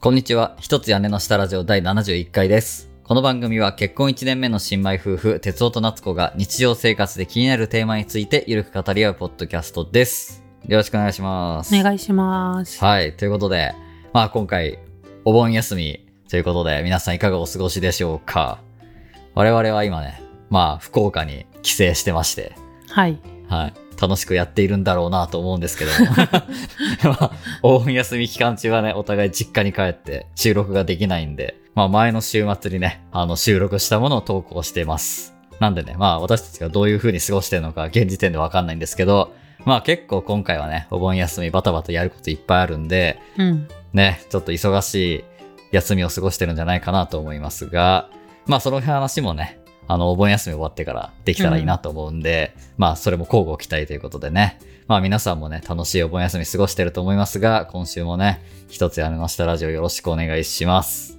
こんにちは。一つ屋根の下ラジオ第71回です。この番組は結婚1年目の新米夫婦、哲夫と夏子が日常生活で気になるテーマについてゆるく語り合うポッドキャストです。よろしくお願いします。お願いします。はい。ということで、まあ今回、お盆休みということで、皆さんいかがお過ごしでしょうか我々は今ね、まあ福岡に帰省してまして、はい。はい。楽しくやっているんだろうなと思うんですけども。まあ、お盆休み期間中はね、お互い実家に帰って収録ができないんで、まあ前の週末にね、あの収録したものを投稿してます。なんでね、まあ私たちがどういう風に過ごしてるのか現時点でわかんないんですけど、まあ結構今回はね、お盆休みバタバタやることいっぱいあるんで、うん。ね、ちょっと忙しい休みを過ごしてるんじゃないかなと思いますが、まあその話もね、あの、お盆休み終わってからできたらいいなと思うんで、まあそれも交互期待ということでね、まあ皆さんもね、楽しいお盆休み過ごしてると思いますが、今週もね、一つ屋根の下ラジオよろしくお願いします。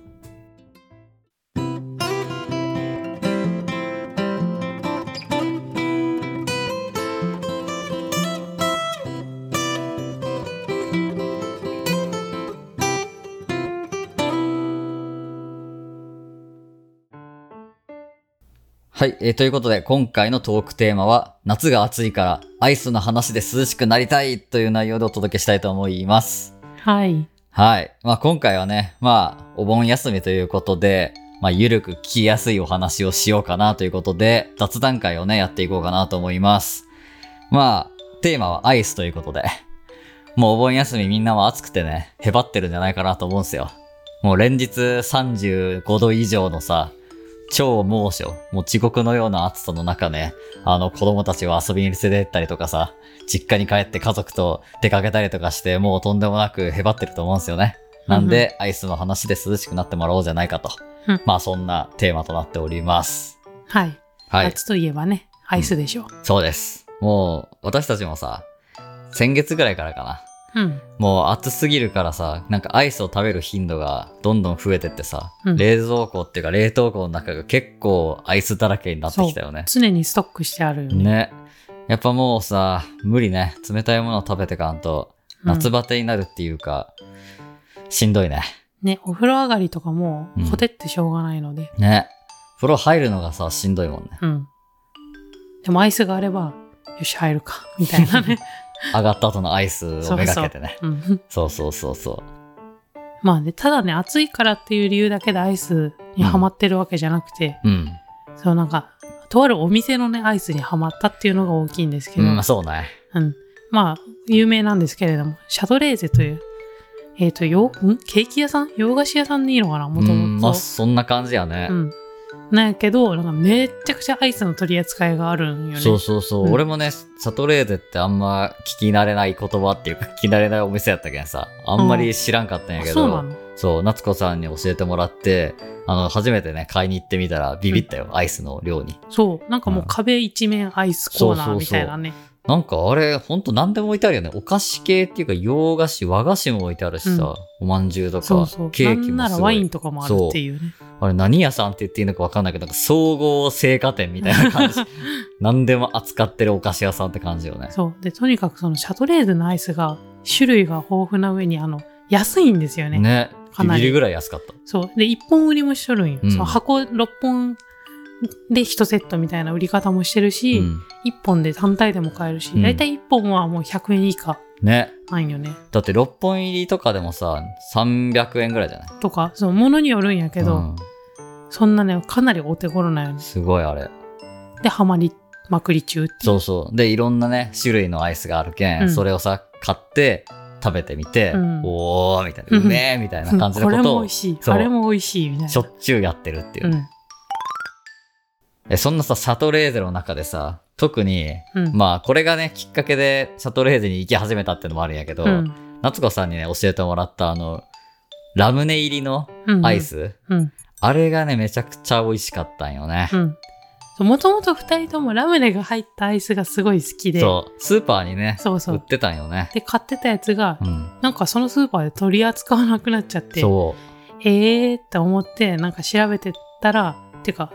はい、えーということで今回のトークテーマは、夏が暑いからアイスの話で涼しくなりたいという内容でお届けしたいと思います。はい。はい。まあ今回はね、まあお盆休みということで、まあゆるく聞きやすいお話をしようかなということで、雑談会をね、やっていこうかなと思います。まあ、テーマはアイスということで。もうお盆休みみんなも暑くてね、へばってるんじゃないかなと思うんですよ。もう連日35度以上のさ、超猛暑、もう地獄のような暑さの中ね、あの子供たちを遊びに連れてったりとかさ、実家に帰って家族と出かけたりとかして、もうとんでもなくへばってると思うんですよね。なんで、アイスの話で涼しくなってもらおうじゃないかとうん。まあそんなテーマとなっております。はい。はい。夏といえばね、アイスでしょ。そうです。もう、私たちもさ、先月ぐらいからかな。うん。もう暑すぎるからさ、なんかアイスを食べる頻度がどんどん増えてってさ、うん冷蔵庫っていうか冷凍庫の中が結構アイスだらけになってきたよね。常にストックしてあるよね。ね。やっぱもうさ、無理ね。冷たいものを食べてかんと、うん夏バテになるっていうか、しんどいね。ね、お風呂上がりとかもうん、ほてってしょうがないので。ね。風呂入るのがさ、しんどいもんね。うん。でもアイスがあれば、よし、入るか。 みたいなね。上がった後のアイスをめがけてね。うん。 そうそうそうそう。まあね、ただね、暑いからっていう理由だけでアイスにハマってるわけじゃなくて、うん。そうなんか、とあるお店のね、アイスにハマったっていうのが大きいんですけうど、ん、まあそうね。うん、まあ有名なんですけれどもシャトレーゼという、えっとよんケーキ屋さん洋菓子屋さんでいいのかなもとうん、まもあと。そんな感じやね。うんなんやけどなんかめっちゃくちゃアイスの取り扱いがあるんよね。そうそうそう、うん俺もね、シャトレーゼってあんま聞き慣れない言葉っていうか、聞き慣れないお店やったけんさ、あんまり知らんかったんやあけそうなど、のそう、夏子さんに教えてもらって、あの、初めてね、買いに行ってみたら、ビビったよ、アイスの量に。そうなんかもううん壁一面アイスコそうそうーナそーうみたいなね。なんかあれ、ほんと何でも置いてあるよね。お菓子系っていうか、洋菓子、和菓子も置いてあるしさ、おまんじゅうとか、そうそうケーキなもんなすらごワいインとかもあるっていうね。あれ何屋さんって言っていいのか分かんないけど、なんか総合青果店みたいな 感じ。何でも扱ってるお菓子屋さんって感じよね。そうでとにかくそのシャトレーゼのアイスが種類が豊富な上にあの安いんですよね。ね。かビなビりるぐらい安かった。そう。で、1本売りもしとるんよ。うんその箱6本で1セットみたいな売り方もしてるし、うん1本で単体でも買えるし、うんだいたい1本はもう100円以下ね。なんよね。だって6本入りとかでもさ、300円ぐらいじゃないとか、そのものによるんやけど、うんそんなね、かなりお手頃なんよね。すごいあれ。で、ハマりまくり中っていう。そうそう。で、いろんなね、種類のアイスがあるけん、うんそれをさ、買って、食べてみて、うんおーみたいな、ううんめーみたいな感じうのんこことれも美を味ししい、そうあれも美味しい、みたいょな。っちゅうやってるっていうう。ん。えそんなさ、シャトレーゼの中でさ、特に、うん。まあ、これがね、きっかけでシャトレーゼに行き始めたってのもあるんやけど、うん夏子さんにね、教えてもらった、あの、ラムネ入りのうんアイ。ス、うん。あれがね、めちゃくちゃ美味しかったんよね。うん。もともと2人ともラムネが入ったアイスがすごい好きで、そう、スーパーにね、そうそ売うっ。てたんよね。で、買ってたやつがう、ん。なんかそのスーパーで取り扱わなくなっちゃって、そえーって思って、なんか調べてったら、てか、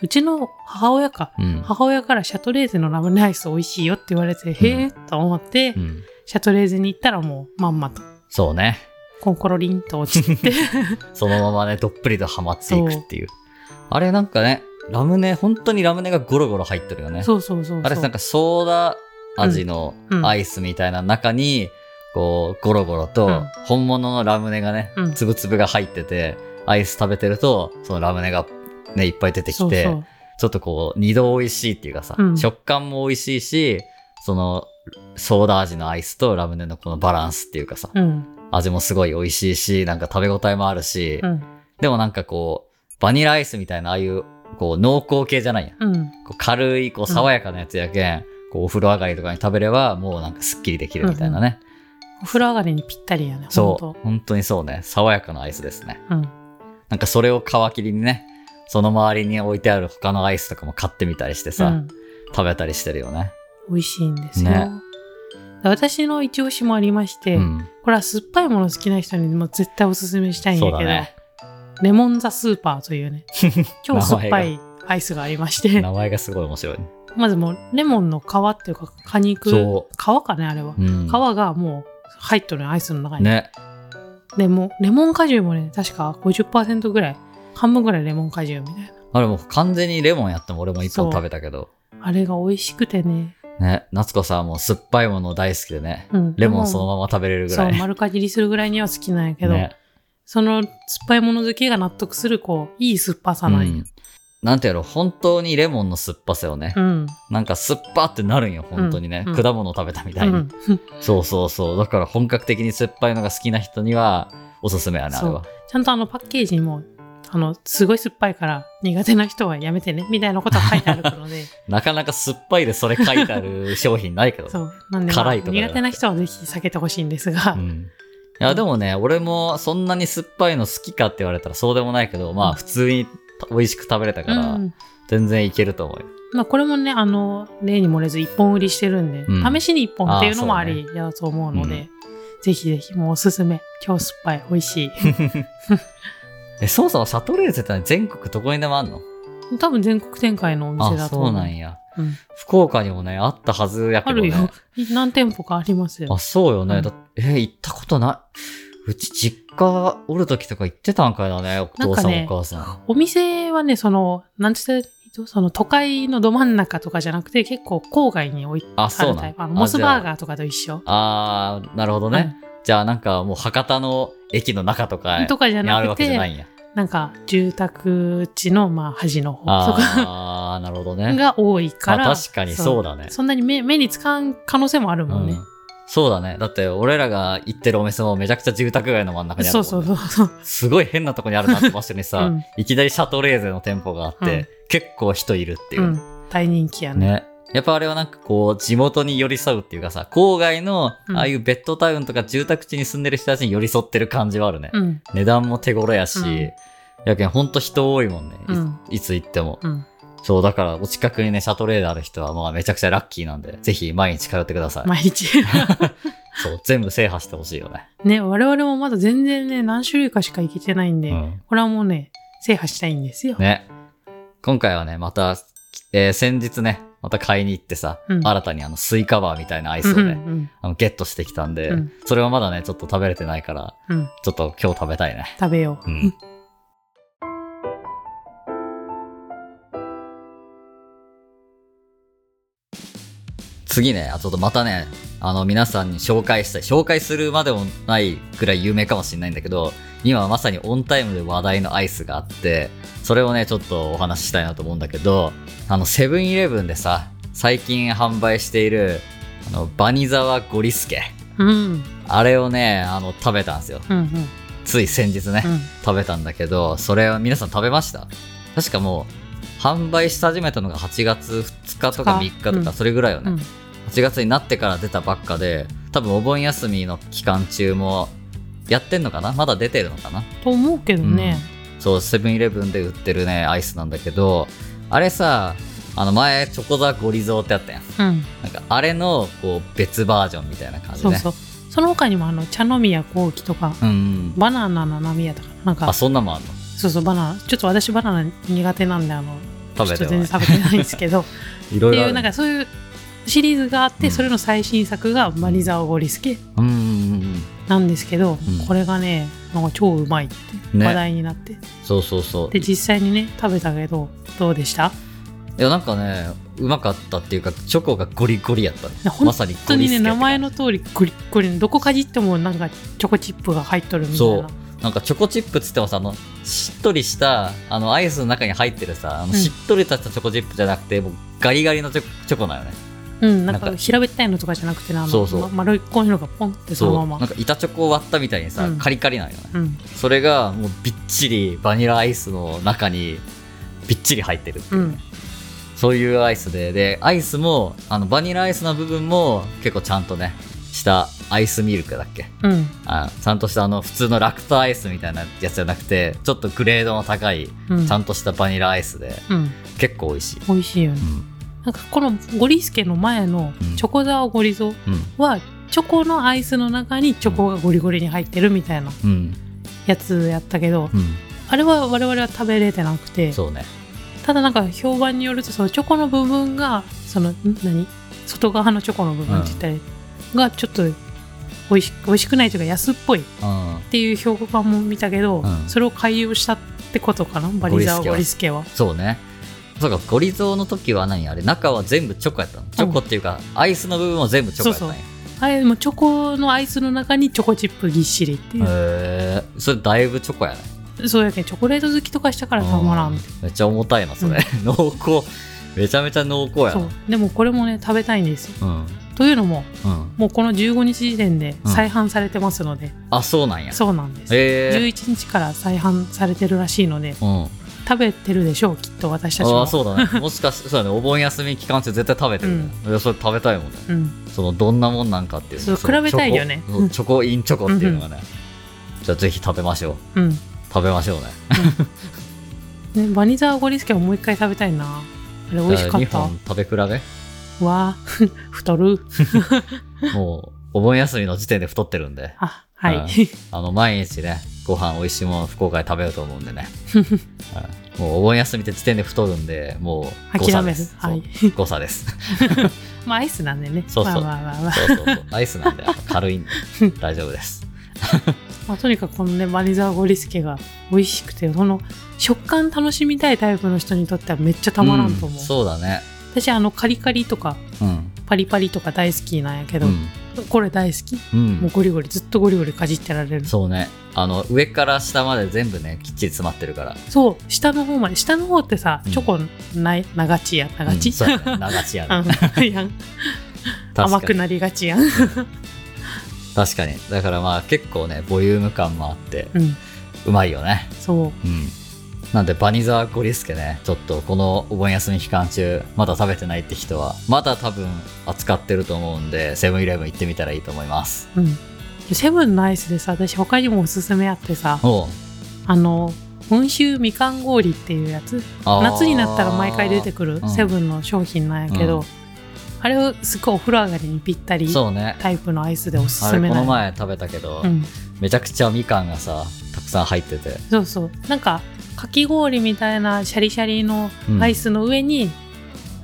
うちの母親か、う。うん。母親からシャトレーゼのラムネアイス美味しいよって言われて、へーと思って、うんシャトレーゼに行ったらもうまんまと。そうね。コンコロリンと 落ちてそのままね、どっぷりとハマっていくっていう。あれなんかね、ラムネ、本当にラムネがゴロゴロ入ってるよね。そうそうそうそうあれなんかソーダ味のうんアイスみたいな中に、こう、ゴロゴロうとん本物のラムネがねうん、つぶつぶが入ってて、アイス食べてると、そのラムネがね、いっぱい出てきて、そうそうちょっとこう、二度美味しいっていうかさ、うん食感も美味しいし、その、ソーダ味のアイスとラムネのこのバランスっていうかさ、うん味もすごい美味しいし、なんか食べ応えもあるし、うんでもなんかこう、バニラアイスみたいな、ああいう、こう、濃厚系じゃないやん。うんこう軽い、こう、爽やかなやつやけん、こう、お風呂上がりとかに食べれば、もうなんかすっきりできるみたいなね。お風呂上がりにぴったりやねそうほんと本当にそうね。爽やかなアイスですね。うんなんかそれを皮切りにね、その周りに置いてある他のアイスとかも買ってみたりしてさ、うん食べたりしてるよね。美味しいんですよ、ね私の一押しもありまして、うん。これは酸っぱいもの好きな人にも絶対おすすめしたいんだけどそうだねレモンザスーパーとい うね超酸っぱいアイスがありまして名前がすごい面白い。まずもうレモンの皮っていうか果肉そ皮かねあれは、うん。皮がもう入っとるアイスの中に、ね。でもうレモン果汁もね確か50%ぐらい半分ぐらいレモン果汁みたいなあれもう完全にレモンやっても俺も一本そう食べたけど、あれが美味しくてね、ね、夏子さんはもう酸っぱいもの大好きでね、うん、レモンそのまま食べれるぐらい。そう丸かじりするぐらいには好きなんやけど、ねその酸っぱいもの好きが納得するこういい酸っぱさなんやうんなんてやろ、本当にレモンの酸っぱさよね。うん、なんか酸っぱってなるんよ、本当にね。うん果物食べたみたいに、うんそうそうそう。だから本格的に酸っぱいのが好きな人には、おすすめやね、あれは。ちゃんとあのパッケージにも、あの、すごい酸っぱいから苦手な人はやめてね、みたいなことが書いてあるの で、なかなか酸っぱいでそれ書いてある商品ないけどね。そう。なんで、まあ辛いとかじゃなくて苦手な人はぜひ避けてほしいんですが、うんいや、でもね、俺もそんなに酸っぱいの好きかって言われたらそうでもないけど、まあ普通に美味しく食べれたうから、ん。全然いけると思うよ。まあ、これもね、あの、例に漏れず一本売りしてるんで、うん試しに一本っていうのもああーりやと思うので、うんぜひぜひ、もうおすすめ。超酸っぱい、美味しい。 え、そもそもシャトレーゼって全国どこにでもあんの多分全国展開のお店あ、だそと思う。うなんや。うん福岡にもね、あったはずやけあど、るね。よ。何店舗かありますよあ、。そうよね。うんだえ、行ったことない。うち実家おるときとか行ってたんかいだね、お父さん、なんかねお母さん。お店はね、その、なんつって、その都会のど真ん中とかじゃなくて、結構郊外に置いてあ、あそうるなタイんプ。あのモスバーー。ガーとかと一緒。あーなるほどね。じゃあなんかもう博多の駅の中とかうんにとかじゃあるなわくけじて、ゃなないんや。んか住宅地のまあ端の方とかああ、なるほどね。が多いから、まあ確かにそうだねそんなに目目につかん可能性もあるもんうねん。そうだね。だって俺らが行ってるお店もめちゃくちゃ住宅街の真ん中にあるそもんうね、そうそうそう。すごい変なとこにあるなって場所にさ、うんいきなりシャトレーゼの店舗があって、うん結構人いるっていうう、ん、大人気やね。ね。やっぱあれはなんかこう地元に寄り添うっていうかさ、郊外のうんああいうベッドタウンとか住宅地に住んでる人たちに寄り添ってる感じはあるね。うん、値段も手頃やし、うんやけんほんと人多いもんね。い,、うんつ行っても。うん。そう、だからお近くにね、シャトレーゼある人はまあめちゃくちゃラッキーなんで、ぜひ毎日通ってください。毎 日。そう、全部制覇してほしいよね。ね、我々もまだ全然ね、何種類かしか行けてないんで、うんこれはもうね、制覇したいんですよ。ね。今回はね、また、えー先日ね、また買いに行ってさ、うん新たにあのスイカバーみたいなアイスをうんね、うんあのゲットしてきたんで、うんそれはまだね、ちょっと食べれてないから、うん、うん。ちょっと今日食べたいね。食べようう。ん。次ね、あちょっとまたね、あの皆さんに紹介したい、紹介するまでもないくらい有名かもしれないんだけど、今まさにオンタイムで話題のアイスがあって、それをね、ちょっとお話ししたいなと思うんだけど、あの、セブンイレブンでさ、最近販売している、あの、バニザワゴリスケ。うん、うん、あれをね、あの、食べたんですよ。うん、つい先日ね。うん。食べたんだけど、それは皆さん食べました確かもう、販売し始めたのが8月2日とか3日とうか、んそれぐらいよう ね、ん8月になってから出たばっかで、多分お盆休みの期間中も、やってんのかなまだ出てるのかなと思うけどね。そう、セブンイレブンで売ってるね、アイスなんだけど、あれさ、あの前、チョコザゴリゾーってあったやん。うん。なんか、あれの、こう、別バージョンみたいな感じそね。うそう。その他にもあの茶飲みや後期とか、うん。バナナの波やとか、なんかあ、、そんなんもあんのそうそう、バナナ、ちょっと私バナナ苦手なんで、あの、食べちてょっと全は然食べてないんですけ ど、っいろていろあいるう、なんね。かそういうシリーズがあって、うんそれの最新作がマリザオゴリスケうんうんうんうん。なんですけど、うんこれがねなんか超うまいってね話題になって、そうそうそうで実際にね食べたけどどうでしたいやなんかねうまかったっていうかチョコがゴリゴリやったやまさに本ゴ当リにスケねって名感じ前の通りゴリッゴリのどこかじってもなんかチョコチップが入っとるみたいそなうなんかチョコチップっつってもさあのしっとりしたあのアイスの中に入ってるさあのうんしっとりとしたチョコチップじゃなくて、もうガリガリのチョコチョコなのねう、ん、なんなかんか平べったいのとかじゃなくてねあのそうそうま丸いコンロがポンってそそうのまなまんか板チョコを割ったみたいにさ、うんカリカリなのよねうんそれがもうびっちりバニラアイスの中にびっちり入ってるってういうんそういうアイスで、で、アイスも、あの、バニラアイスの部分も結構ちゃんとね、したアイスミルクだっけうんあちゃんとしたあの、普通のラクトアイスみたいなやつじゃなくて、ちょっとグレードの高い、うんちゃんとしたバニラアイスで、うん結構美味しい。美味しいよねうん。なんかこのゴリスケの前のうんチョコザワゴリゾうん。はチョコのアイスの中にチョコがゴリゴリに入ってるみたいなうん。やつやったけど、うん。あれは我々は食べれてなくてそうね。ただなんか評判によるとそのチョコの部分がそのん何外側のチョコの部分って言ったり、がちょっと美味し美味しくないというか安っぽいっうん。ていう評判も見たけど、うんそれを改良したってことかなバリザワゴゴリリスケは。そうね。そうか、ゴリゾーの時は何あれ中は全部チョコやったのチョコっていうか、アイスの部分も全部チョコやったんや。そうあれもチョコのアイスの中にチョコチップぎっしりっていう、へえ。それだいぶチョコやね。そうやけんチョコレート好きとかしたからたまらんうめっちゃ重たいなそれ、 濃厚めちゃめちゃ濃厚やなそうでもこれもね食べたいんですようんというのもうんもうこの15日時点で再販されてますので、あそうなんやそうなんです、ええ11日から再販されてるらしいのでうん、食べてるでしょうきっと私たちあもあそうだねもしかしてそうだねお盆休み期間中絶対食べてる、ねいやそれ食べたいもんねうん、そのどんなもんなんかっていうそうその比べたいよねチョコそうチョコインチョコっていうのがね、じゃあぜひ食べましょううん食べましょうねね、バニザーゴリスケをもう一回食べたいなあれ美味しかっじゃあた二本食べ比わー 太るべもうお盆休みの時点で太ってるんであはい、うんあの毎日ねご飯美味しいもの福岡で食べようと思うんで ね、はいもうお盆休みって時点で太るんでもう誤諦差めでるす、はいそう誤差ですまあアイスなんでねそうそうまあまあまあまあ、そうそうそうアイスなんであの軽 いんで大丈夫ですまあ、とにかくこのねバニザーゴリスケが美味しくてその食感楽しみたいタイプの人にとってはめっちゃたまらんと思う、んそうだね私あのカリカリとかうんパリパリとか大好きなんやけど、うん、これ大好きうんもうゴリゴリずっとゴリゴリかじってられるそそうねあの上から下まで全部ねきっちり詰まってるからう下の方まで下の方ってさうんチョコないながちやながち、うんそうやね長ちや ね うんいや甘確かくになりがちやん、うん、確かにだからまあ結構ねボリューム感もあってうまいよねそううん。なんで、バニザーゴリスケね、ちょっとこのお盆休み期間中、まだ食べてないって人は、まだ多分扱ってると思うんで、セブンイレブン行ってみたらいいと思います。うんセブンのアイスでさ私他にもおすすめあってさおうあの温州みかん氷っていうやつあー夏になったら毎回出てくるうんセブンの商品なんやけど、うんあれをすごいお風呂上がりにぴったりそうね。タイプのアイスでおすあすれ、めこなのんや前食べたけど、うん、めちゃくちゃみかんがさ、たくさん入ってて。そうそうなんかかき氷みたいなシャリシャリのアイスの上に、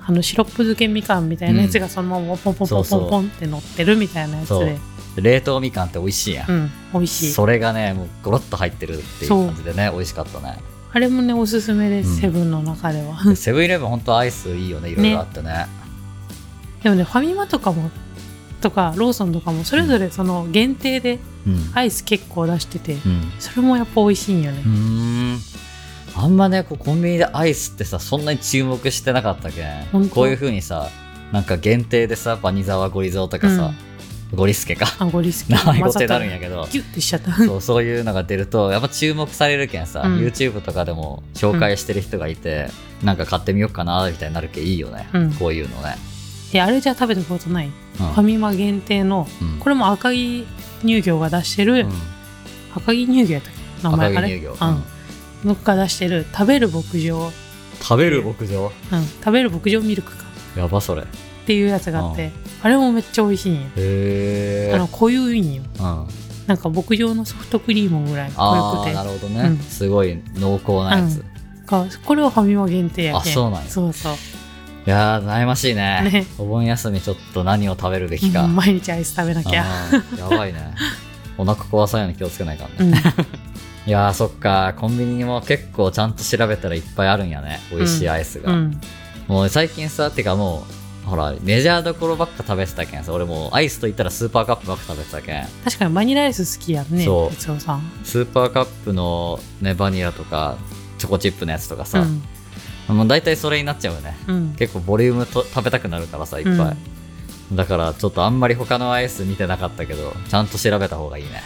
あのシロップ漬けみかんみたいなやつがそのままポンポンポンポンポンって乗ってるみたいなやつそうで冷凍みかんって美味しいやん。うん美味しいそれがね、もうゴロッと入ってるっていうそう感じでね、美味しかったね。あれもねおすすめです、うんセブンの中ではでセブンイレブン本当アイスいいよね、いろいろあってね。でもねファミマとかもとかローソンとかもそれぞれその限定でうん。アイス結構出しててうん。それもやっぱ美味しいんよねう、ーんあんまねこうコンビニでアイスってさそんなに注目してなかったけほんんとこういう風にさなんか限定でさバニザワゴリゾーとかさ、ゴリスケか あゴリスケ名前ごてになたるんやけどギュッてしちゃった そうそういうのが出るとやっぱ注目されるけんさ、うん YouTube とかでも紹介してる人がいて、なんか買ってみようかなみたいになるけんいいよね、うんこういうのね、であれじゃ食べたことない、うんファミマ限定のうんこれも赤城乳業が出してる、うん赤城乳業やったっけ名前赤あ城れ乳業、うんのが出してる食べる牧場、食べる牧場うん、食べる牧場ミルクかやばそれへっていうやつがあって、あれもめっちゃ美味しいんよ、えあの濃ゆいんようんなんか牧場のソフトクリームぐらい濃あゆあくなるほどね、うんすごい濃厚なやつ、うんてかこれはファミマ限定やけあそうなんやそうそういやー悩ましいねねお盆休みちょっと何を食べるべきか、うん毎日アイス食べなきゃあーやばいねお腹壊さないように気をつけないからね。うんいやー、そっか。コンビニにも結構ちゃんと調べたらいっぱいあるんやね。美味しいアイスが。うんもう最近さ、てかもう、ほら、メジャーどころばっか食べてたけんさ、俺もうアイスと言ったらスーパーカップばっか食べてたけん、確かにバニラアイス好きやんねそう哲夫さんスーパーカップのね、バニラとか、チョコチップのやつとかうさ、んもう大体それになっちゃうよね。うん結構ボリュームと食べたくなるからさ、いっぱい。だからちょっとあんまり他のアイス見てなかったけど、ちゃんと調べた方がいいね。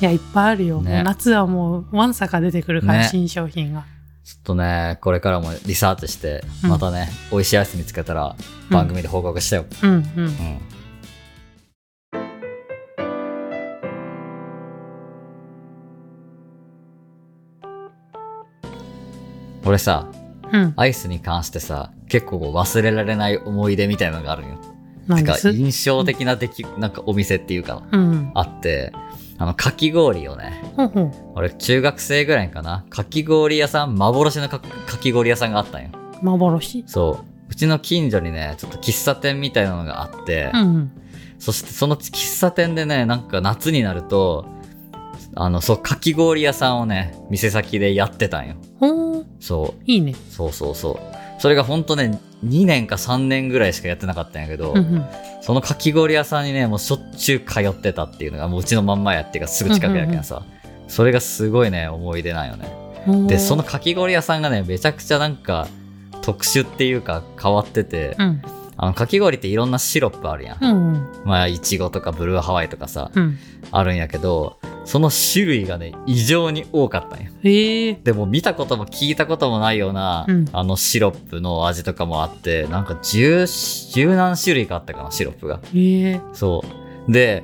いやいっぱいあるよ、ねもう夏はもうわんさか出てくるから、ね新商品がちょっとね、これからもリサーチして、うんまたね、美味しいアイス見つけたら番組で報告してよ。うんうんうん。俺さ、うんアイスに関してさ、結構こう忘れられない思い出みたいなのがあるんよ。なんてでか、す印象的な出来、なんかお店っていうか、うんあって、あの、かき氷をね、ほうほう俺中学生ぐらいかなかき氷屋さん幻のかかき氷屋さんがあったんよ幻そううちの近所にねちょっと喫茶店みたいなのがあって、うんうんそしてその喫茶店でねなんか夏になるとあのそうかき氷屋さんをね店先でやってたんよほうそいいねうそうそうそうそれがほんとね2年か3年ぐらいしかやってなかったんやけど、うんうんそのかき氷屋さんにね、もうしょっちゅう通ってたっていうのが、もううちのまんまやっていうか、すぐ近くやけんさ。それがすごいね、思い出なんよね。ほうで、そのかき氷屋さんがね、めちゃくちゃなんか、特殊っていうか、変わってて、うんあの、かき氷っていろんなシロップあるやん。うんうんまあ、いちごとかブルーハワイとかさ、うんあるんやけど、その種類がね、異常に多かったんよ。ええでも見たことも聞いたこともないような、うんあのシロップの味とかもあって、なんか十、十何種類かあったかな、シロップが。ええそう。で、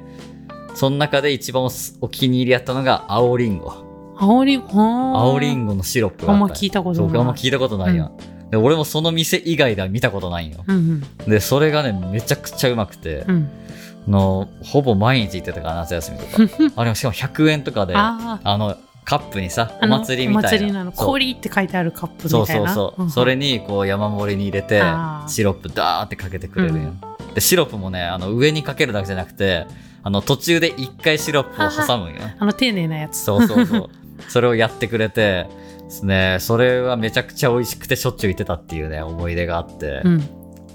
その中で一番おすお気に入りやったのが青りんご。青りんご青りごんごのシロップがああんったまんよ聞いたことそうないあんま聞いたことないやん。で、俺もその店以外では見たことないんよ。うんで、それがね、めちゃくちゃうまくてうんう、んのほぼ毎日行ってた から、夏休みとか。あれもしかも100円とかで、あああの、カップにさ、あおの祭りみたいな。お祭りなのそう氷って書いてあるカップみたいそうなそうそう、んんそれにこう山盛りに入れてあーシロップダーってかけてくれるんよ、でシロップもねあの上にかけるだけじゃなくてあの途中で一回シロップを挟むんよあの丁寧なやつそうそう そうそれをやってくれてですねそれはめちゃくちゃ美味しくてしょっちゅう行ってたっていうね思い出があって、うん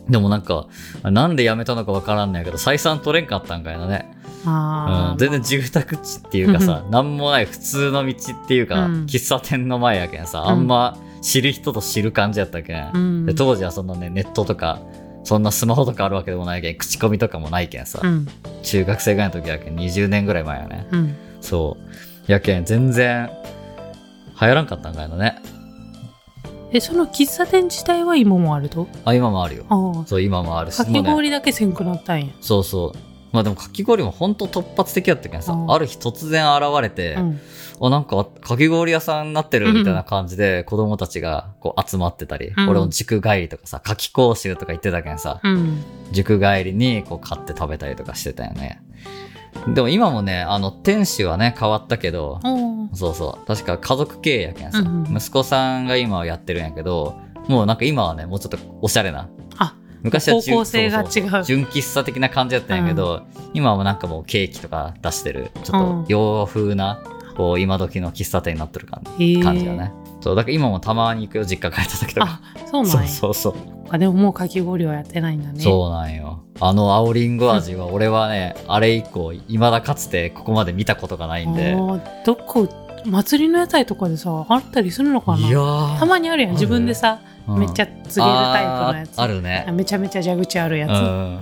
でもなんかなんでやめたのかわからんねんけど採算取れんかったんかいなね、ああうん、全然住宅地っていうかさなんもない普通の道っていうか、うん喫茶店の前やけんさんあんま知る人と知る感じやったけん、うんで当時はそんなねネットとかそんなスマホとかあるわけでもないけん口コミとかもないけんさ、うん中学生ぐらいの時やけん20年ぐらい前やねうんそうやけん全然流行らんかったんかいのねえその喫茶店自体は今もあるとあ今もあるよあそう今もあるあしかきもうね氷だけせんくなったんや、そうそうまあでもかき氷もほんと突発的やったけんさ、うんある日突然現れて、うん、あ、なんか、かき氷屋さんになってるみたいな感じで、子供たちがこう集まってたり、うん俺も塾帰りとかさ、夏季講習とか行ってたけんさ、うん、塾帰りにこう買って食べたりとかしてたよね。でも今もね、あの、店主はね、変わったけど、おーそうそう、確か家族経営やけんさ、うんうん息子さんが今はやってるんやけど、もうなんか今はね、もうちょっとおしゃれな。あ昔は純方向性が違うそそそ純喫茶的な感じやったんやけど、今はもうなんかもうケーキとか出してる、ちょうっとん洋風な、こう今時の喫茶店になってる感じ,、えー感じだね。そう、だから今もたまに行くよ、実家帰った時とか。あそうなんそう やそうそう。あでももうかき氷はやってないんだねそうなんよ。あの青りんご味は俺はね、あれ以降、未だかつてここまで見たことがないんで。あーどこ祭りの屋台とかでさあったりするのかいなやーたまにあるやんある自分でさ、うんめっちゃ告げるタイプのやつあーあるね。めちゃめちゃ蛇口あるやつ、うん、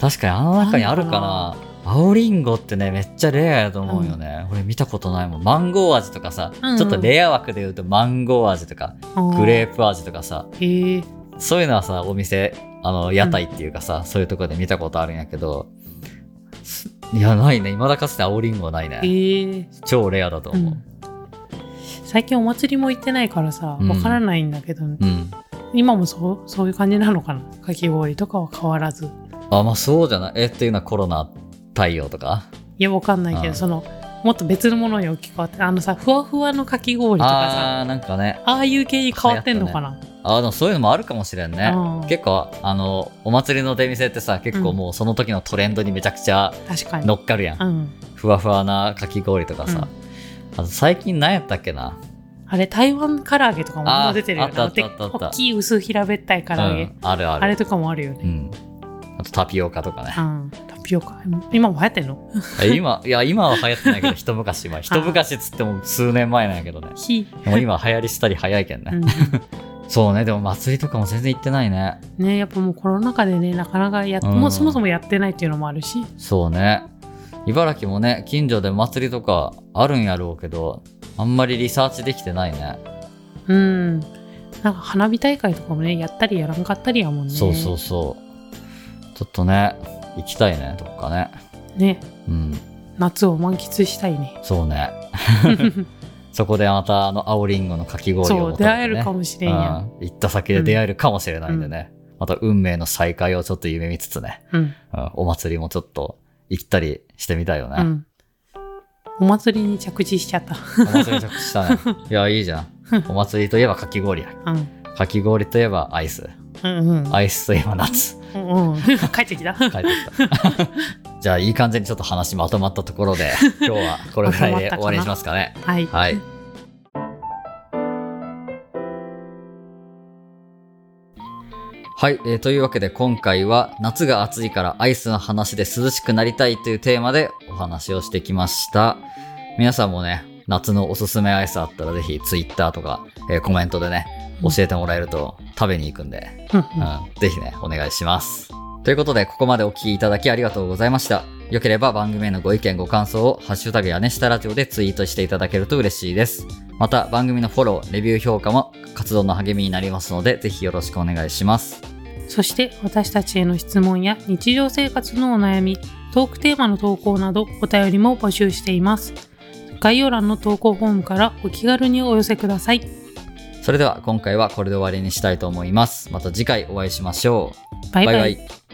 確かにあの中にあるかな青りんごってねめっちゃレアやと思うよね、俺見たことないもんマンゴー味とかさ、うんうんちょっとレア枠で言うとマンゴー味とかグレープ味とかさプへえそういうのはさお店あの屋台っていうかさ、そういうとこで見たことあるんやけどすいやないね未だかつて青りんごないね、へえ超レアだと思う最近お祭りも行ってないからさうんわからないんだけど、うん、今もそうそういう感じなのかなかき氷とかは変わらずあまあそうじゃないえっていうのはコロナ対応とかいやわかんないけあーどそのもっと別のものに置き換わってあのさふわふわのかき氷とかさあーなんかねああいう系に変わってんのかな、あでもそういうのもあるかもしれんね、うん結構あのお祭りの出店ってさ結構もうその時のトレンドにめちゃくちゃ確かに乗っかるやん、うんふわふわなかき氷とかさ、あと最近何やったっけなあれ台湾唐揚げとかもあー出てるよねあったあったあったあった大きい薄平べったい唐揚げ、うんあるあるあれとかもあるようね、ん、あとタピオカとかねうん、タピオカ今も流行ってんの今いや今は流行ってないけど一昔 前一昔っつっても数年前なんやけどねひ、でも今流行りしたり早いけんね、うそうねでも祭りとかも全然行ってないねん、ねやっぱもうコロナ禍でねなかなかやっ、うんもうそもそもやってないっていうのもあるしそうね茨城もね近所で祭りとかあるんやろうけどあんまりリサーチできてないねうんなんか花火大会とかもねやったりやらんかったりやもんねそうそうそうちょっとね行きたいねどっかねねうん夏を満喫したいねそう ねそこでまたあの青りんごのかき氷をそ求めうて出ね会えるかもしれんやん、うん行った先で出会えるかもしれないんでね、また運命の再会をちょっと夢見つつね、うんうん、お祭りもちょっと行ったりしてみたいようね、ん、お祭りに着地しちゃった、お祭り着地したねいやいいじゃんお祭りといえばかき氷やうん、かき氷といえばアイスうんうんアイスといえば夏うん うん帰ってきた帰ってき たじゃあいい感じにちょっと話まとまったところ で今日はこれぐらいで終わりにしますかねはいはいはい、えーというわけで今回は夏が暑いからアイスの話で涼しくなりたいというテーマでお話をしてきました。皆さんもね、夏のおすすめアイスあったらぜひ Twitter とか、えーコメントでね、うん教えてもらえると食べに行くんで、うんうんうん、ぜひね、お願いします。ということで、ここまでお聞きいただきありがとうございました。よければ番組へのご意見、ご感想を、ハッシュタグやねしたラジオでツイートしていただけると嬉しいです。また、番組のフォロー、レビュー評価も活動の励みになりますので、ぜひよろしくお願いします。そして私たちへの質問や日常生活のお悩み、トークテーマの投稿などお便りも募集しています。概要欄の投稿フォームからお気軽にお寄せください。それでは、今回はこれで終わりにしたいと思います。また次回お会いしましょう。バイバイ。イ